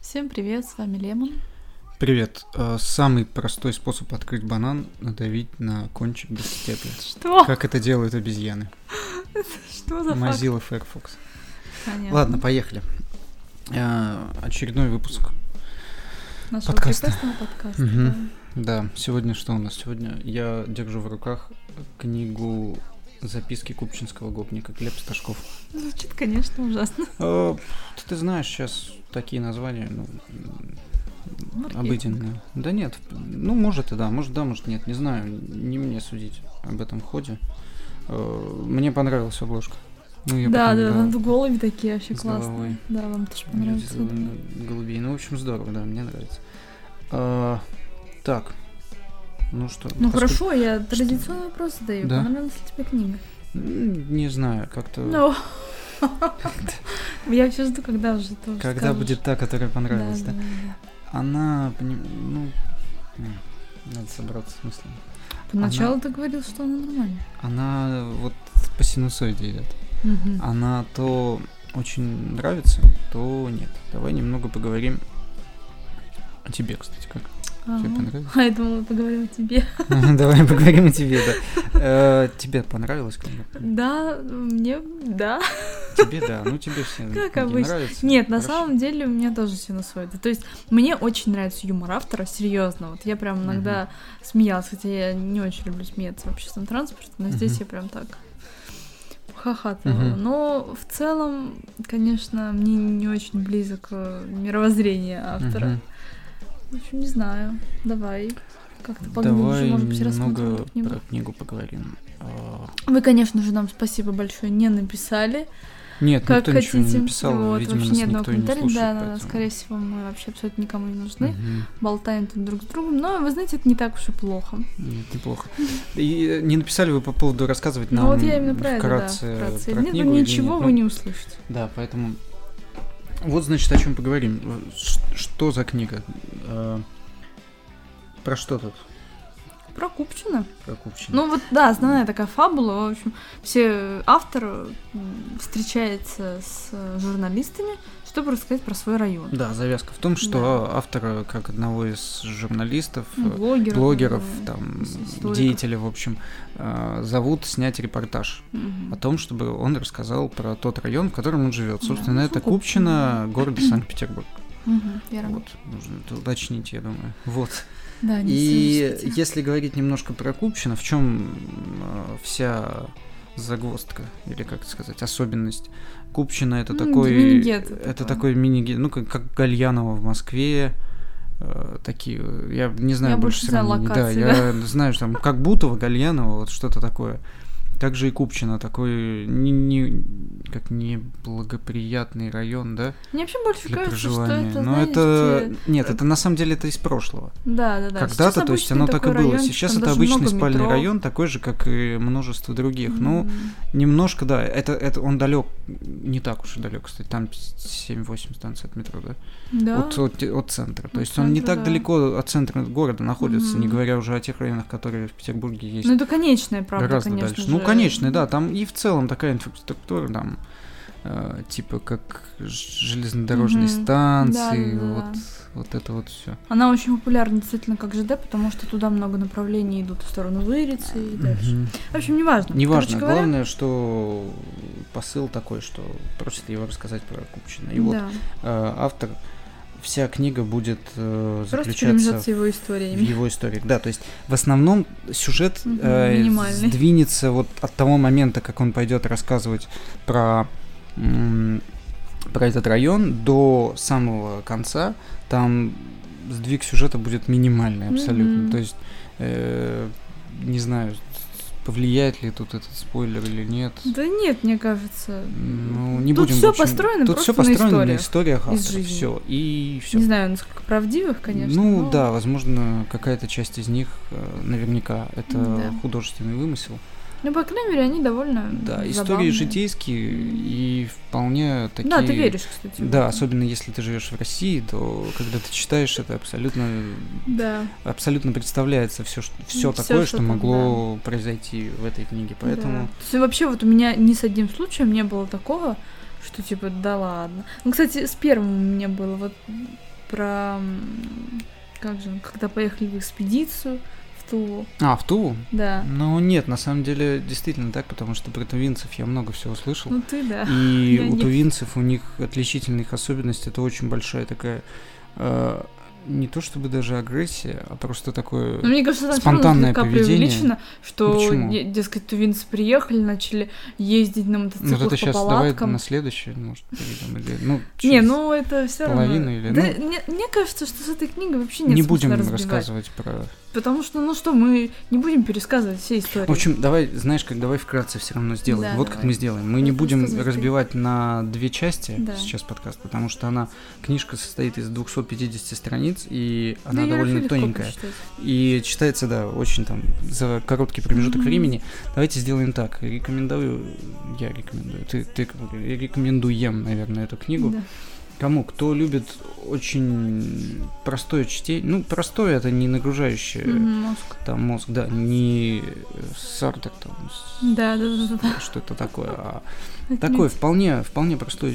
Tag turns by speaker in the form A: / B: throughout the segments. A: Всем привет, с вами Лемон.
B: Привет. Э, Самый простой способ открыть банан — надавить на кончик без стебля.
A: Что?
B: Как это делают обезьяны.
A: Что за факт?
B: Mozilla Firefox.
A: Понятно.
B: Ладно, поехали. Э, Очередной выпуск.
A: Нашего
B: подкаста.
A: прекрасного подкаста.
B: Мгм. Да, сегодня что у нас? Сегодня я держу в руках книгу записки купчинского гопника Глеб Сташков.
A: да. Звучит, конечно, ужасно.
B: Э, ты- Ты знаешь, сейчас такие названия, ну, м,
A: Маркетинг.
B: обыденные. Да нет, ну, может и да, может да, может нет, не знаю, не мне судить об этом ходе. Э, Мне понравилась обложка. Ну, я
A: да,
B: потом,
A: да, там голыми такие вообще
B: с
A: классные.
B: головой.
A: Да, вам тоже
B: Люди
A: понравится.
B: с голубыми- голубей. Ну, в общем, здорово, да, мне нравится. А, так, ну что?
A: Ну
B: поскольку-
A: хорошо, я традиционный вопрос задаю.
B: Да.
A: Понравилась ли тебе книга?
B: М, Не знаю, как-то...
A: Ну. Я все жду, когда уже тоже
B: когда
A: скажешь.
B: будет та, которая
A: Да,
B: понравилась, да?
A: да, да.
B: Она, пони- ну... м, Надо собраться с мыслями.
A: Поначалу ты говорил, что она нормальная.
B: Она вот по синусоиде идет.
A: Мгм.
B: Она то очень нравится, то нет. Давай немного поговорим о тебе, кстати, как? Тебе
A: Ага.
B: понравилось?
A: А я думала, поговорим о тебе.
B: Давай поговорим о тебе, да. Э, Тебе понравилось книга?
A: Да, мне, да.
B: Тебе да, ну тебе все
A: Как
B: книги
A: обычно.
B: нравятся.
A: Нет, на
B: Хорошо.
A: самом деле у меня тоже синусоиды. То есть мне очень нравится юмор автора, серьезно. Вот я прям иногда смеялась, хотя я не очень люблю смеяться в общественном транспорте, но здесь
B: Мгм.
A: я прям так хохатывала.
B: Мгм.
A: Но в целом, конечно, мне не очень близок э, мировоззрение автора.
B: Мгм.
A: В общем, не знаю. Давай. Как-то поглубже,
B: Давай
A: может быть, рассмотрим
B: немного
A: эту книгу.
B: про книгу поговорим. А,
A: Вы, конечно же, нам спасибо большое не написали.
B: Нет,
A: как
B: никто
A: хотите.
B: ничего не написал,
A: вот,
B: видимо,
A: вообще
B: нас
A: ни одного
B: никто и не
A: комментария.
B: слушает.
A: да, да, да,
B: поэтому-
A: скорее всего, мы вообще абсолютно никому не нужны.
B: Мгм.
A: Болтаем тут друг с другом. Но, вы знаете, это не так уж и плохо.
B: Нет, неплохо. И не написали вы по поводу рассказывать нам
A: ну, вот я именно про это, да,
B: вкратце
A: вкратце.
B: про
A: Нет,
B: книгу или
A: ничего
B: нет?
A: вы
B: Ну,
A: не услышите.
B: Да, поэтому... Вот, значит, о чем поговорим. Ш- Что за книга? Э, Про что тут?
A: Про Купчина.
B: Про Купчина?
A: Ну вот, да, основная такая фабула. В общем, все э, автор м, встречается с э, журналистами, чтобы рассказать про свой район.
B: Да, завязка в том, что автора, как одного из журналистов,
A: Ну,
B: э,
A: Блогеров.
B: блогеров,
A: э,
B: там,
A: с- историков.
B: деятеля, в общем, э, зовут снять репортаж
A: мгм.
B: о том, чтобы он рассказал про тот район, в котором он живет.
A: Да,
B: Собственно,
A: ну,
B: это
A: Купчино.
B: Купчино, города Санкт-Петербург.
A: Мгм, верно.
B: Вот, нужно это уточнить, я думаю. Вот.
A: Да, не
B: И
A: сожалейте.
B: если говорить немножко про Купчино, в чем вся загвоздка, или как это сказать, особенность Купчино это
A: Ну,
B: такой...
A: мини-гетто
B: Это
A: такое.
B: такой мини ну, как, как Гальянова в Москве, э, такие, э, я не знаю
A: Я больше знаю
B: сравнений.
A: локации,
B: да, я знаю, что там как Бутово, Гальянова, вот что-то такое. Также и Купчино, такой не, не- как неблагоприятный район, да,
A: Мне вообще больше
B: для
A: кажется, что
B: проживания.
A: это,
B: Но
A: знаешь,
B: это...
A: те-
B: Нет, это на самом деле это из прошлого.
A: Да, да, да.
B: Когда-то,
A: Сейчас
B: то есть
A: обычный
B: оно так и
A: такой
B: было.
A: райончик,
B: Сейчас
A: там
B: это
A: даже
B: обычный
A: много
B: спальный
A: метро.
B: район, такой же, как и множество других. Ну,
A: М,
B: немножко, да, это, это он далек, не так уж и далек, кстати, там 7-8 станций от метро, да?
A: да.
B: От, от- от центра. То
A: От
B: есть он не
A: центра, да.
B: так далеко от центра города находится, не
A: Мгм.
B: говоря уже о тех районах, которые в Петербурге есть.
A: Ну, это конечная, правда,
B: гораздо
A: конечно
B: дальше.
A: же.
B: Ну, конечно, да, там и в целом такая инфраструктура, там, э, типа как ж- железнодорожные
A: Мгм.
B: станции,
A: Да-да-да.
B: вот, вот это вот все.
A: Она очень популярна действительно как ЖД, потому что туда много направлений идут в сторону Вырицы и дальше. В общем, неважно.
B: Неважно,
A: Короче говоря,
B: главное, что посыл такой, что просит его рассказать про Купчино. И вот
A: да,
B: э, автор, вся книга будет э,
A: просто
B: заключаться
A: перемежаться его
B: в
A: историями.
B: его истории. Да, то есть в основном сюжет
A: Мгм,
B: э,
A: минимальный.
B: сдвинется вот от того момента, как он пойдет рассказывать про м, про этот район до самого конца. Там сдвиг сюжета будет минимальный абсолютно.
A: Мгм.
B: То есть э, не знаю, повлияет ли тут этот спойлер или нет.
A: Да нет, мне кажется.
B: Ну, не
A: Тут
B: будем. в
A: всё
B: общем-
A: построено
B: Тут
A: просто
B: все
A: на
B: построено на
A: историях
B: историях
A: из
B: автора.
A: жизни.
B: Все. И все.
A: Не знаю, насколько правдивых, конечно.
B: Ну
A: но-
B: да, возможно, какая-то часть из них э, наверняка это
A: Да.
B: художественный вымысел.
A: Ну, по крайней мере, они довольно
B: Да,
A: забавные.
B: истории житейские и вполне такие.
A: Да, ты веришь, кстати. в
B: Да,
A: это.
B: особенно если ты живешь в России, то когда ты читаешь это абсолютно,
A: Да.
B: абсолютно представляется все,
A: Всё,
B: все такое,
A: что
B: что,
A: там,
B: могло произойти в этой книге. Поэтому
A: Да. То есть ну, вообще вот у меня ни с одним случаем не было такого, что типа да ладно. Ну, кстати, с первым у меня было вот про... м, Как же, когда поехали в экспедицию в Тулу.
B: А, в Тулу?
A: Да.
B: Ну, нет, на самом деле, действительно так, потому что про тувинцев я много всего слышал.
A: Ну ты, да.
B: И
A: Я
B: у
A: не-
B: тувинцев у них отличительная их особенность, это очень большая такая, э, не то чтобы даже агрессия, а просто такое...
A: Ну, мне кажется, там всё равно
B: Спонтанное
A: слегка
B: поведение.
A: преувеличено, что,
B: Почему?
A: де- дескать, тувинцы приехали, начали ездить на
B: Ну,
A: мотоциклах
B: вот это
A: по
B: сейчас давай
A: палаткам.
B: на следующее, может, перейдем, или, ну,
A: Не,
B: через-
A: ну это все равно.
B: половину или,
A: Да,
B: ну-
A: мне, мне кажется, что с этой книгой вообще нет
B: не
A: смысла
B: будем
A: разбивать,
B: рассказывать про...
A: Потому что, ну что, мы не будем пересказывать все истории.
B: В общем, давай, знаешь, как давай вкратце все равно сделаем.
A: Да,
B: вот как
A: давай.
B: мы сделаем. Мы не
A: Просто
B: будем
A: смотри.
B: разбивать на две части
A: Да.
B: сейчас подкаст, потому что она книжка состоит из 250 страниц, и
A: Да
B: она
A: её
B: довольно
A: легко
B: тоненькая.
A: прочитать.
B: И читается, да, очень там за короткий промежуток
A: Мгм.
B: времени. Давайте сделаем так. Рекомендую, я рекомендую, ты, ты как- рекомендуем, наверное, эту книгу.
A: Да.
B: Кому? Кто любит очень простое чтение. Ну, простое это не нагружающее
A: Мгм, мозг.
B: там мозг, да, не сартер там, с-
A: Да, да, да, да, да.
B: что это такое, а
A: Отнюдь.
B: такое вполне, вполне простое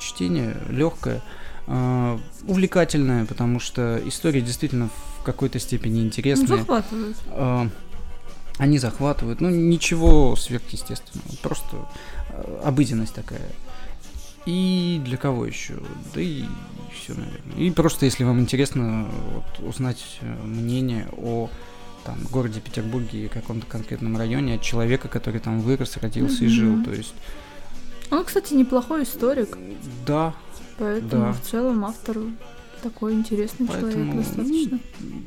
B: чтение, легкое, э, увлекательное, потому что истории действительно в какой-то степени
A: Ну,
B: интересные.
A: захватывает.
B: Э, они захватывают, ну ничего сверхъестественного, просто э, обыденность такая. И для кого еще? Да и все, наверное. И просто, если вам интересно вот, узнать э, мнение о там, городе Петербурге и каком-то конкретном районе от человека, который там вырос, родился и жил.
A: Мгм.
B: То есть,
A: Он, кстати, неплохой историк,
B: да,
A: поэтому
B: Да.
A: в целом автор такой интересный человек
B: Поэтому,
A: достаточно.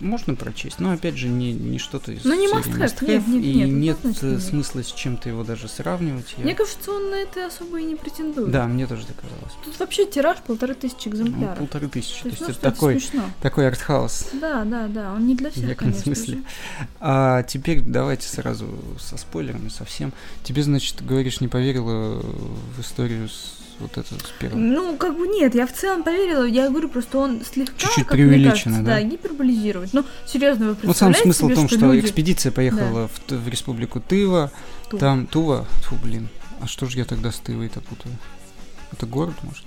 B: можно прочесть, но опять же не, не что-то из
A: Ну, не
B: серии
A: must-have,
B: must-have,
A: нет, нет,
B: и
A: нет,
B: нет
A: однозначно
B: э,
A: нет.
B: смысла с чем-то его даже сравнивать. я-
A: Мне кажется, он на это особо и не претендует.
B: Да, мне тоже так казалось.
A: Тут вообще тираж полторы тысячи
B: Ну,
A: экземпляров.
B: полторы тысячи.
A: То есть, ну,
B: это
A: что это
B: такой,
A: смешно.
B: такой артхаус.
A: Да, да, да, он не для всех,
B: неком
A: конечно
B: смысле.
A: же.
B: А теперь давайте сразу со спойлерами, совсем. Тебе, значит, говоришь, не поверила в историю с вот эту с первым.
A: Ну, как бы нет, я в целом поверила, я говорю, просто он слегка,
B: Чуть-чуть
A: как мне
B: преувеличенно,
A: кажется,
B: да?
A: да? гиперболизировать. Ну, серьезно, вы
B: Вот сам
A: представляете
B: смысл в
A: себе,
B: том,
A: что,
B: что,
A: люди...
B: экспедиция поехала в, Т- в республику Тыва,
A: Тува.
B: там Тува, фу, блин, а что же я тогда с Тывой-то путаю? Это город, может?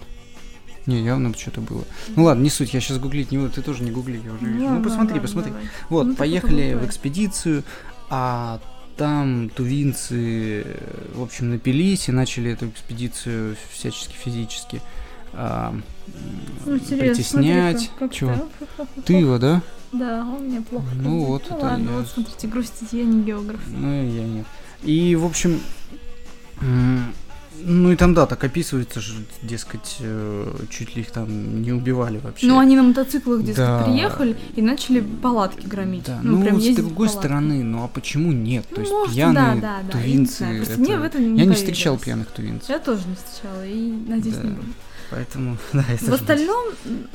B: Не, явно что-то было. Ну ладно, не суть, я сейчас гуглить не буду, ты тоже не гугли, я уже
A: Ну,
B: вижу. Ну,
A: ладно,
B: посмотри,
A: ладно,
B: посмотри.
A: давай.
B: Вот,
A: Ну, ты
B: поехали в
A: поболтай.
B: экспедицию, а там тувинцы, э, в общем, напились и начали эту экспедицию всячески физически а, м,
A: Ну, интересно,
B: притеснять.
A: смотри-ка, как
B: Чего?
A: так.
B: Тыва, да?
A: Да, он мне плохо.
B: Ну
A: идёт.
B: вот,
A: ну,
B: это
A: ладно,
B: я-
A: вот смотрите, грустите, я не географ.
B: Ну, я нет. И, в общем, м, ну и там, да, так описывается, же, дескать, э, чуть ли их там не убивали вообще.
A: Ну, они на мотоциклах где-то
B: Да.
A: приехали и начали палатки громить.
B: Да,
A: Ну, прям
B: с
A: ездить в
B: другой
A: палатки.
B: стороны, ну а почему нет?
A: Ну,
B: То есть
A: может,
B: пьяные
A: да, да, да, я не
B: тувинцы.
A: знаю, просто
B: это-
A: мне в это не
B: Я не
A: поверилось.
B: встречал пьяных тувинцев.
A: Я тоже не встречала и, надеюсь,
B: Да.
A: не буду.
B: Поэтому, да, это
A: В остальном,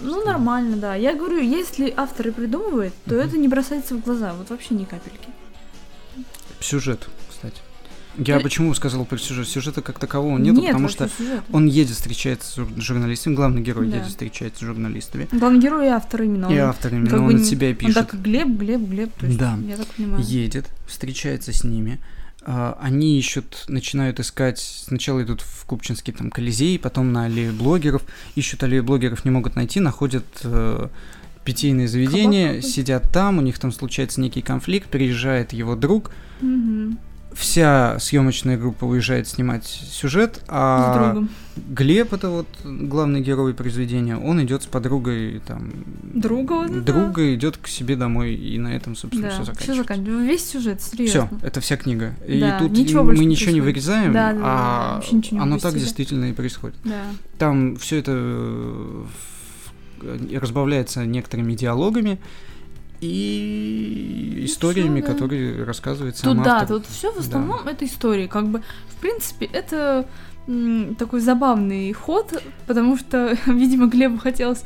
A: ну, нормально, да. Я говорю, если автор и придумывает, то
B: Мгм.
A: это не бросается в глаза, вот вообще ни капельки.
B: сюжет, кстати. Я
A: Ты-
B: почему сказал про сюжет? Сюжета как такового нету,
A: Нет,
B: потому
A: вообще
B: что
A: сюжета.
B: он едет, встречается с жур- журналистами, главный герой
A: Да.
B: едет, встречается с журналистами.
A: Главный герой и автор именно.
B: И
A: он,
B: автор именно,
A: как бы
B: он от
A: не-
B: себя и
A: он
B: пишет.
A: Ну, так и Глеб, Глеб, Глеб, то есть,
B: Да.
A: я так понимаю.
B: Едет, встречается с ними. а, Они ищут, начинают искать, сначала идут в Купчинский там Колизей, потом на аллею блогеров, ищут аллею блогеров, не могут найти, находят э, питейные заведения,
A: какой-то.
B: сидят там, у них там случается некий конфликт, приезжает его друг,
A: Мгм.
B: вся съемочная группа уезжает снимать сюжет,
A: С
B: а
A: другом.
B: Глеб это вот главный герой произведения, он идет с подругой там
A: Друга вот это
B: друга идет к себе домой и на этом собственно все
A: Да, все
B: заканчивается.
A: заканчивается. Весь сюжет,
B: Все,
A: серьезно.
B: это вся книга. И
A: Да,
B: тут
A: ничего
B: мы
A: больше не
B: ничего не
A: происходит.
B: вырезаем,
A: Да, да, да, да,
B: а
A: вообще ничего не
B: оно так
A: упустили.
B: действительно и происходит.
A: Да.
B: Там все это э, в- э, разбавляется некоторыми диалогами и
A: Ну,
B: историями,
A: всё, да.
B: которые рассказывает сам
A: Тут да,
B: автор.
A: тут все в
B: Да.
A: основном это истории. Как бы, в принципе, это м, такой забавный ход, потому что, видимо, Глебу хотелось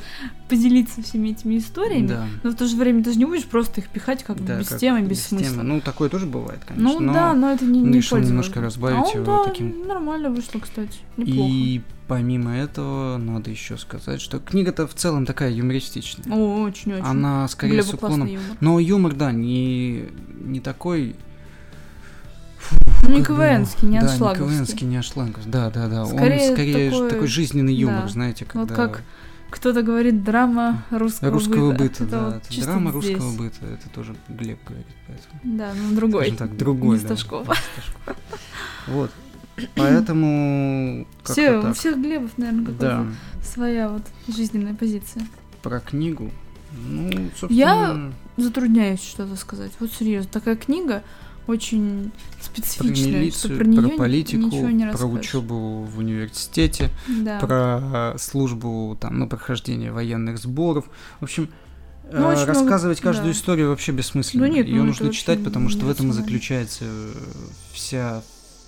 A: поделиться всеми этими историями.
B: Да.
A: Но в то же время ты же не будешь просто их пихать как бы
B: Да,
A: без
B: как
A: темы, без,
B: темы.
A: смысла.
B: Ну, такое тоже бывает,
A: Ну
B: конечно. но-
A: да, но это не, не
B: решил
A: пользовалось.
B: немножко разбавить
A: а он,
B: его
A: да,
B: таким.
A: нормально вышло, кстати. Неплохо.
B: И помимо этого, надо еще сказать, что книга-то в целом такая юмористичная.
A: О, очень-очень.
B: Она скорее ну,
A: Глебу
B: с
A: классный
B: уклоном.
A: юмор.
B: Но юмор, да, не, не такой.
A: Ну, не
B: как бы,
A: КВНский, не
B: Да, не
A: аншлаговский.
B: КВНский, не аншлаговский. Да, да, да.
A: Скорее
B: Он скорее ж-
A: такой-
B: такой жизненный юмор,
A: да.
B: знаете, когда
A: Вот как Кто-то говорит драма русского,
B: Русского быта,
A: быта. Это
B: да.
A: вот
B: это
A: чисто
B: Драма
A: здесь.
B: русского быта. Это тоже Глеб говорит, поэтому.
A: Да, ну другой.
B: Скажем так, другой.
A: Не
B: да,
A: Сташков.
B: не Сташков. Вот. Поэтому. как-то
A: Все, у
B: так.
A: всех Глебов, наверное, какая-то
B: Да.
A: своя вот жизненная позиция.
B: Про книгу. Ну, собственно.
A: Затрудняюсь что-то сказать. Вот серьезно, такая книга очень
B: Про
A: специфичная, что
B: милицию,
A: про нее
B: про политику,
A: ничего не
B: про
A: расскажешь.
B: учебу в университете.
A: Да.
B: про э, службу, там, ну, прохождение военных сборов. В общем, э,
A: Ну, очень много-
B: рассказывать каждую
A: да.
B: историю вообще бессмысленно.
A: Ну, нет, ну,
B: Ее
A: это
B: нужно
A: вообще
B: читать, потому что в этом и
A: нерационально.
B: заключается э, вся,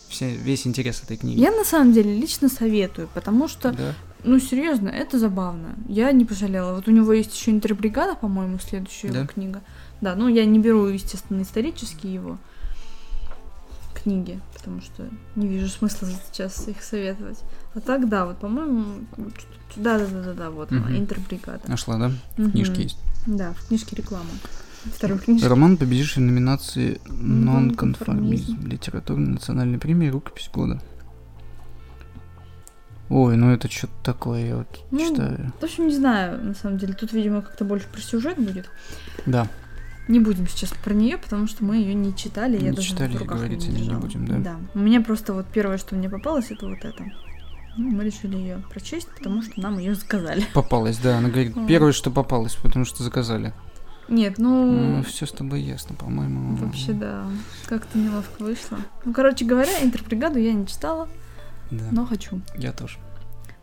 B: вся, весь интерес этой книги.
A: Я на самом деле лично советую, потому что
B: Да.
A: Ну, серьезно, это забавно. Я не пожалела. Вот у него есть еще интербригада, по-моему, следующая
B: Да?
A: его книга. Да, ну я не беру, естественно, исторические его книги, потому что не вижу смысла сейчас их советовать. А так, да, вот, по-моему, да-да-да-да, вот
B: Мгм.
A: она, интербригада.
B: Нашла, да? Книжки есть.
A: Мгм. Да, в книжке реклама. Второй книжке.
B: Роман, победивший в номинации
A: Нонконформизм.
B: «Нонконформизм. Литературная национальная премия. Рукопись года». Ой, ну это что-то такое, я вот
A: Ну,
B: читаю.
A: В общем, не знаю, на самом деле. Тут, видимо, как-то больше про сюжет будет.
B: Да.
A: Не будем сейчас про нее, потому что мы ее не читали.
B: Не
A: я даже
B: читали,
A: в руках её
B: говорить о
A: не
B: ней не
A: держала.
B: будем, да.
A: Да. У меня просто вот первое, что мне попалось, это вот это. Ну, мы решили ее прочесть, потому что нам ее заказали.
B: Попалась, да, она говорит,
A: Ой.
B: первое, что попалось, потому что заказали.
A: Нет, ну
B: все с тобой ясно, по-моему.
A: вообще да, как-то неловко вышло. Ну, короче говоря, интерпригаду я не читала,
B: Да,
A: но хочу.
B: я тоже.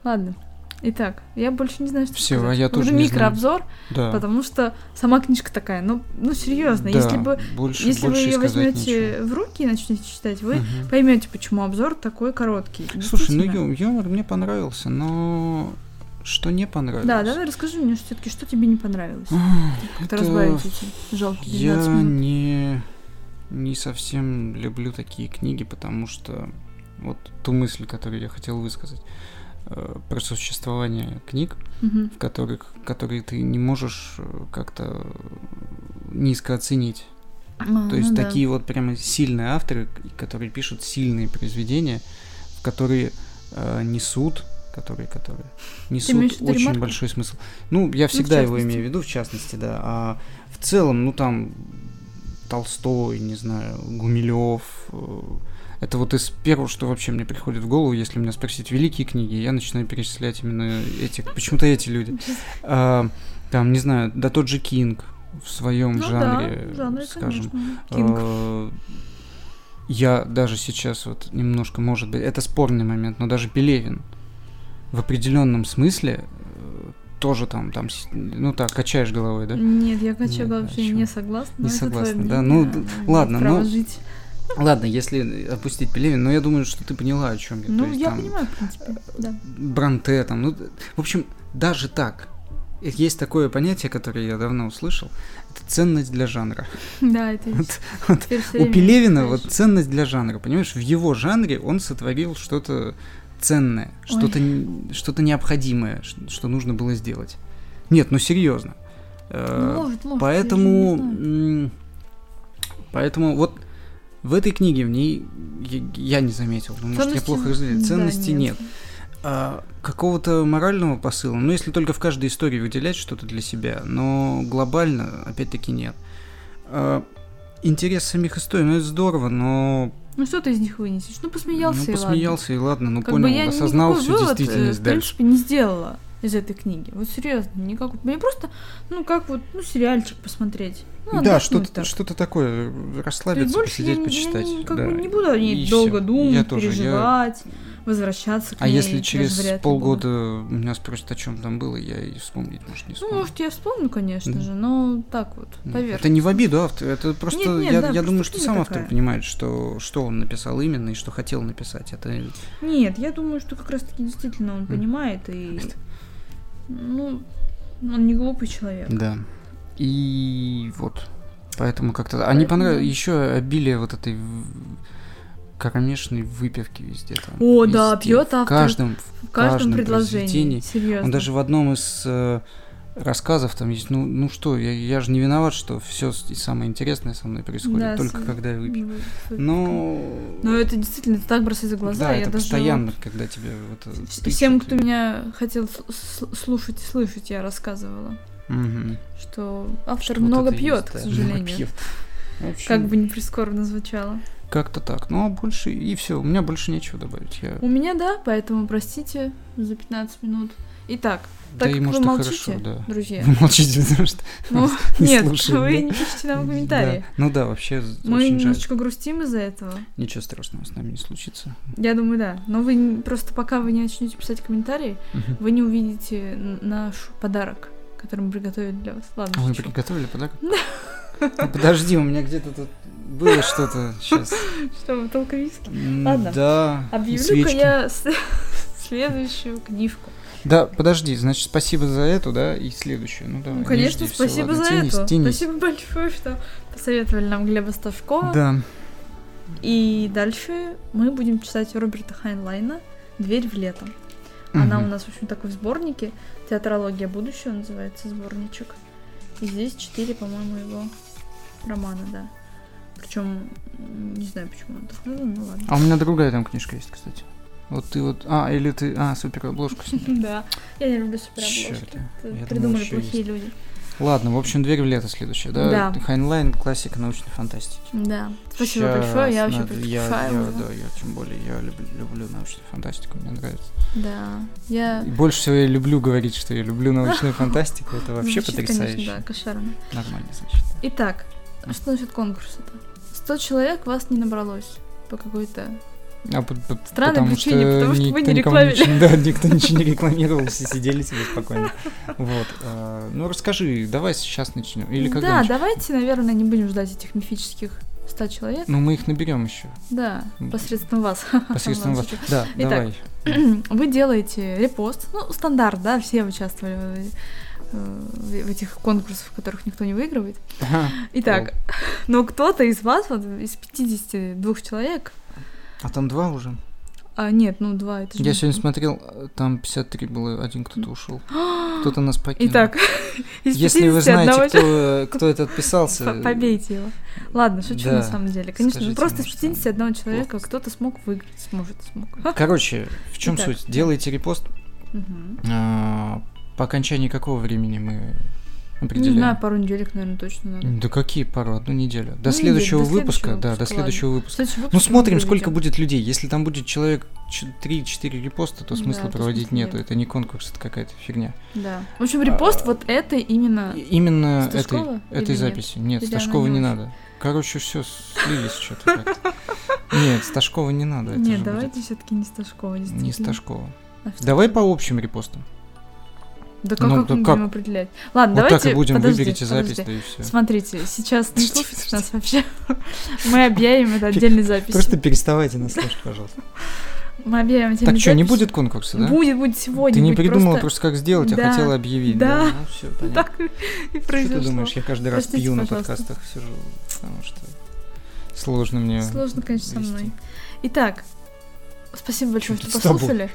A: Ладно. Итак, я больше не знаю, что
B: Всё,
A: сказать.
B: а я
A: Уже
B: тоже не
A: микрообзор,
B: Да.
A: потому что сама книжка такая, ну, ну серьезно,
B: Да,
A: если бы
B: больше,
A: если
B: больше
A: вы
B: и
A: ее
B: сказать
A: возьмете
B: нечего.
A: в руки и начнете читать, вы
B: Мгм.
A: поймете, почему обзор такой короткий.
B: Слушай, ну
A: Действительно.
B: ю- юмор мне понравился, но что не понравилось?
A: Да, давай расскажи мне все-таки, что тебе не понравилось.
B: Ах,
A: Как-то
B: Ну, это
A: разбавить эти жалкие 12
B: Я
A: минут.
B: не, не совсем люблю такие книги, потому что вот ту мысль, которую я хотел высказать э, про существование книг,
A: Мгм.
B: в которых, которые ты не можешь э, как-то низко оценить.
A: А,
B: То есть
A: ну да.
B: такие вот прямо сильные авторы, к- которые пишут сильные произведения, в которые э, несут, которые, которые
A: имеешь
B: несут
A: в виду
B: очень
A: Ремарка?
B: большой смысл. Ну, я всегда его
A: частности.
B: имею в виду, в частности, да. А в целом, ну там Толстой, не знаю, Гумилев. э, Это вот из первого, что вообще мне приходит в голову, если меня спросить великие книги, я начинаю перечислять именно этих, почему-то эти
A: Ну
B: люди. А, там, не знаю, да тот же Кинг в своем
A: ну,
B: жанре,
A: да, в жанре,
B: скажем.
A: конечно. Кинг.
B: Э, Я даже сейчас вот немножко, может быть, это спорный момент, но даже Пелевин в определенном смысле э, тоже там, там, с- ну так, качаешь головой, да?
A: Нет, я качаю
B: Нет,
A: головой,
B: а
A: вообще
B: чё?
A: не согласна.
B: Не
A: но это твое
B: согласна, да,
A: мнение,
B: ну, э,
A: да,
B: д-
A: имеет
B: ладно,
A: право
B: но-
A: жить.
B: Ладно, если опустить Пелевин, но я думаю, что ты поняла, о чем я. То
A: Ну,
B: есть
A: я
B: там э,
A: понимаю, в принципе, да.
B: Бранте там, ну, в общем, даже так. Э, Есть такое понятие, которое я давно услышал. Это ценность для жанра.
A: Да, это
B: Вот-
A: есть.
B: вот
A: Теперь всё
B: У
A: время
B: Пелевина вот
A: читаешь.
B: ценность для жанра, понимаешь? В его жанре он сотворил что-то ценное, что-то н- что-то необходимое, ш- что нужно было сделать. Нет, ну серьезно.
A: Ну,
B: Э,
A: может, может, я же
B: Поэтому,
A: не знаю.
B: м, поэтому вот в этой книге в ней я, я не заметил, ну, может я
A: Ценности-
B: плохо разделил,
A: да,
B: ценностей нет. А, какого-то морального посыла, ну если только в каждой истории выделять что-то для себя, но глобально опять-таки нет. А, интерес самих историй, ну это здорово, но
A: Ну, что ты из них вынесешь? Ну, посмеялся
B: ну,
A: и ладно.
B: посмеялся и ладно, ну
A: Как
B: понял,
A: бы я
B: осознал
A: никакой
B: всю
A: вывод, э,
B: действительность
A: в
B: дальше.
A: принципе, не сделала из этой книги. Вот серьезно, никак. Мне просто, ну, как вот, ну, сериальчик посмотреть. Ну,
B: да,
A: отдохнуть
B: что-то
A: так.
B: что-то такое, э,
A: То есть
B: расслабиться,
A: больше я,
B: посидеть,
A: не- я
B: почитать.
A: не, как
B: да,
A: бы не буду о ней
B: и
A: долго
B: всё.
A: думать,
B: Я тоже, я-
A: переживать, возвращаться к
B: А
A: ней.
B: если
A: даже
B: через
A: вряд ли
B: полгода
A: буду.
B: меня спросят, о чем там было, я и вспомнить, может, не
A: Ну,
B: вспомню.
A: может, я вспомню, конечно
B: Да.
A: же, но так вот,
B: Ну,
A: поверх.
B: это не в обиду автор, это просто
A: нет,
B: я,
A: да,
B: я
A: просто
B: думаю, что
A: книга
B: сам автор
A: такая.
B: понимает, что что он написал именно и что хотел написать. Это
A: Нет, я думаю, что как раз-таки действительно он понимает и... Ну, он не глупый человек.
B: да. И вот поэтому как-то. А не понравилось еще обилие вот этой в- кромешной выпивки везде там.
A: О, да,
B: везде,
A: пьёт
B: в
A: автор
B: каждом, в
A: В
B: каждом
A: каждом предложении.
B: произведении.
A: Серьезно.
B: Он даже в одном из э, рассказов там есть, ну, ну что, я, я же не виноват, что все самое интересное со мной происходит,
A: Да,
B: только
A: с-
B: когда я выпью.
A: Ну,
B: Ну,
A: Но это действительно это так бросается в глаза.
B: да,
A: я
B: это
A: даже
B: постоянно, когда тебе вот...
A: вот
B: э,
A: вс-
B: тычут
A: всем, кто
B: и-
A: меня хотел с- с- слушать и слышать, я рассказывала,
B: Мгм.
A: что автор
B: Вот
A: много
B: это и
A: пьет,
B: есть,
A: к
B: да,
A: сожалению.
B: много пьёт. В общем,
A: Как бы не прискорбно звучало.
B: Как-то так. Ну, а больше... И все, у меня больше нечего добавить. Я...
A: У меня да, поэтому простите за 15 минут. Итак,
B: да
A: так
B: и
A: как
B: может
A: вы
B: и
A: молчите,
B: хорошо, да.
A: друзья.
B: Вы молчите, потому что...
A: Ну,
B: не
A: нет,
B: слушаем,
A: вы
B: да?
A: не пишите нам
B: Да.
A: комментарии.
B: Ну да, вообще з-
A: Мы
B: очень жаль.
A: немножечко грустим из-за этого.
B: Ничего страшного с нами не случится.
A: Я думаю, да. Но вы н- просто пока вы не начнете писать комментарии,
B: Мгм.
A: вы не увидите н- наш подарок, который мы приготовили для вас. Ладно,
B: А вы
A: шучу.
B: приготовили подарок? Ну, Подожди, у меня где-то тут было что-то сейчас.
A: Что, бутылка виски? Ладно.
B: Да. и
A: Объявлю-ка
B: свечки.
A: я с- следующую книжку.
B: Да, подожди, значит, спасибо за эту, да, и следующую. Ну, давай.
A: ну,
B: не
A: конечно,
B: жди, всё, А,
A: спасибо
B: ладно,
A: за
B: тянись,
A: это.
B: тянись.
A: Спасибо большое, что посоветовали нам Глеба Сташкова.
B: Да.
A: И дальше мы будем читать Роберта Хайнлайна «Дверь в лето». Она у
B: Мгм.
A: нас, в общем, такой в сборнике. Театрология будущего называется сборничек. И здесь четыре, по-моему, его романа, да. Причем, не знаю, почему он так назван, ну ладно.
B: А у меня другая там книжка есть, кстати. Вот ты вот... А, или ты... А, супер обложку
A: Да. Я не люблю суперобложки.
B: Чёрт, я-
A: Это
B: я думал,
A: Придумали
B: ещё
A: плохие люди.
B: Ладно, в общем, «Дверь в лето» следующая, да?
A: Да.
B: Хайнлайн, классика научной фантастики.
A: Да. Спасибо
B: Щас
A: большое, я вообще
B: надо- я,
A: предвкушаю.
B: я-
A: его.
B: да, я тем более, я люблю, люблю научную фантастику, мне нравится.
A: Да. Я...
B: И больше всего я люблю говорить, что я люблю научную фантастику, это вообще
A: Звучит, Конечно, да,
B: потрясающе.
A: кошерно.
B: Нормально, значит.
A: Итак, а что насчет конкурса-то? 100 человек вас не набралось по какой-то...
B: А по- по-
A: Странной причине, потому что вы не
B: никому
A: рекламили.
B: ничего- да, никто ничего не рекламировал, все сидели себе спокойно. Вот. а, Ну, расскажи, давай сейчас начнем. Или когда
A: да,
B: начнём?
A: давайте, наверное, не будем ждать этих мифических 100 человек.
B: Ну, мы их наберем еще.
A: Да,
B: М.
A: посредством вас.
B: Посредством вас.
A: Ладно,
B: Да,
A: Итак.
B: давай.
A: Вы делаете репост, ну, стандарт, да, все участвовали в- э, в этих конкурсах, в которых никто не выигрывает.
B: Ага.
A: Итак, но кто-то из вас, вот из 52 человек,
B: А там два уже?
A: а нет, ну два, это же...
B: Я
A: не-
B: сегодня смотрел, э, там 53 было, один кто-то ушел. Кто-то нас покинул.
A: Итак, из
B: Если вы
A: 51 человека-
B: знаете, кто, э, кто это отписался...
A: П- Побейте его. Ладно, шучу
B: да.
A: на самом деле. Конечно, ну,
B: Скажите
A: просто
B: ему,
A: из
B: что
A: 51 человека
B: плохо.
A: кто-то смог выиграть, сможет, смог.
B: Короче, в чем
A: Итак.
B: суть? Делайте репост.
A: Мгм.
B: а, По окончании какого времени мы
A: Не
B: определяем?
A: знаю, пару неделек, наверное, точно надо.
B: Да какие пару? Одну неделю. До
A: Ну, неделю,
B: следующего
A: до
B: выпуска.
A: следующего
B: да, до
A: выпуска,
B: следующего выпуска.
A: Следующий выпуск
B: Ну
A: мы
B: смотрим,
A: проведем.
B: сколько будет людей. Если там будет человек 3-4 репоста, то смысла
A: Да, то
B: проводить
A: смысла
B: нету.
A: нет.
B: Это не конкурс, это какая-то фигня.
A: Да. В общем, репост вот это именно...
B: А, И- Именно этой,
A: Сташкова А или
B: этой
A: нет?
B: записи. Нет,
A: Или
B: Сташкова
A: она
B: не
A: не
B: надо. Короче, все, слились что-то как-то. Нет, Сташкова не надо. Это
A: Нет,
B: же будет
A: давайте все-таки не Сташкова, действительно.
B: Не Сташкова.
A: А что?
B: Давай по общим репостам.
A: Да как,
B: Ну,
A: как
B: да
A: мы
B: как?
A: будем определять? Ладно,
B: вот
A: давайте...
B: так и будем,
A: подожди,
B: выберите запись,
A: подожди.
B: да и все.
A: Смотрите, сейчас не
B: Подожди,
A: слушайте
B: подожди.
A: нас вообще. Мы объявим это отдельной записью.
B: Просто переставайте нас слушать, пожалуйста.
A: Мы объявим отдельной
B: Так что, не
A: записью.
B: будет конкурса, да?
A: Будет, будет сегодня.
B: Ты не
A: будет
B: придумала
A: просто-
B: просто как сделать, а
A: Да.
B: хотела объявить.
A: Да.
B: Ну все, понятно.
A: Так и
B: Что
A: произошло.
B: ты думаешь, я каждый раз
A: Простите,
B: пью на
A: пожалуйста.
B: подкастах сижу, потому что сложно мне
A: Сложно, конечно, со
B: вести.
A: мной. Итак, спасибо большое,
B: Чё
A: что
B: тут с тобой?
A: послушали.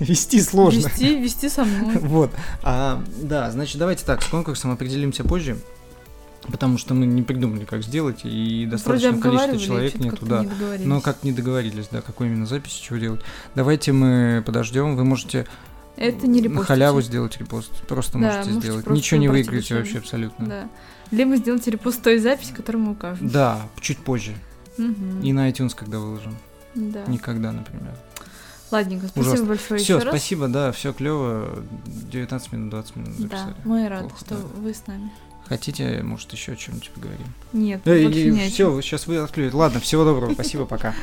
B: Вести сложно.
A: Вести, вести со мной.
B: Вот. А, да, значит, давайте так, с конкурсом определимся позже, потому что мы не придумали, как сделать, и достаточное количество
A: обговаривали,
B: человек
A: чё-то
B: нету,
A: как-то
B: да.
A: не договорились.
B: Но как не договорились, да, какую именно запись, чего делать. Давайте мы подождем, вы можете
A: Это не
B: на
A: репостите.
B: халяву сделать репост, просто
A: Да,
B: можете
A: можете
B: сделать.
A: просто
B: Ничего не
A: обратить
B: выиграете
A: внимание.
B: вообще абсолютно.
A: Да. Либо сделайте репост той записи, которую мы укажем.
B: Да, чуть позже.
A: Мгм.
B: И на iTunes, когда выложим.
A: Да.
B: Никогда, например.
A: Ладненько, спасибо
B: Ужасно.
A: большое
B: Все,
A: еще раз.
B: спасибо, да, все клево. 19 минут, 20 минут записали.
A: Да, мы рады,
B: Плохо,
A: что
B: да.
A: вы с нами.
B: Хотите, может, еще о чем-нибудь поговорим?
A: Нет,
B: Э,
A: вообще не о чем.
B: все, сейчас вы отклюете. Ладно, всего доброго, спасибо, пока.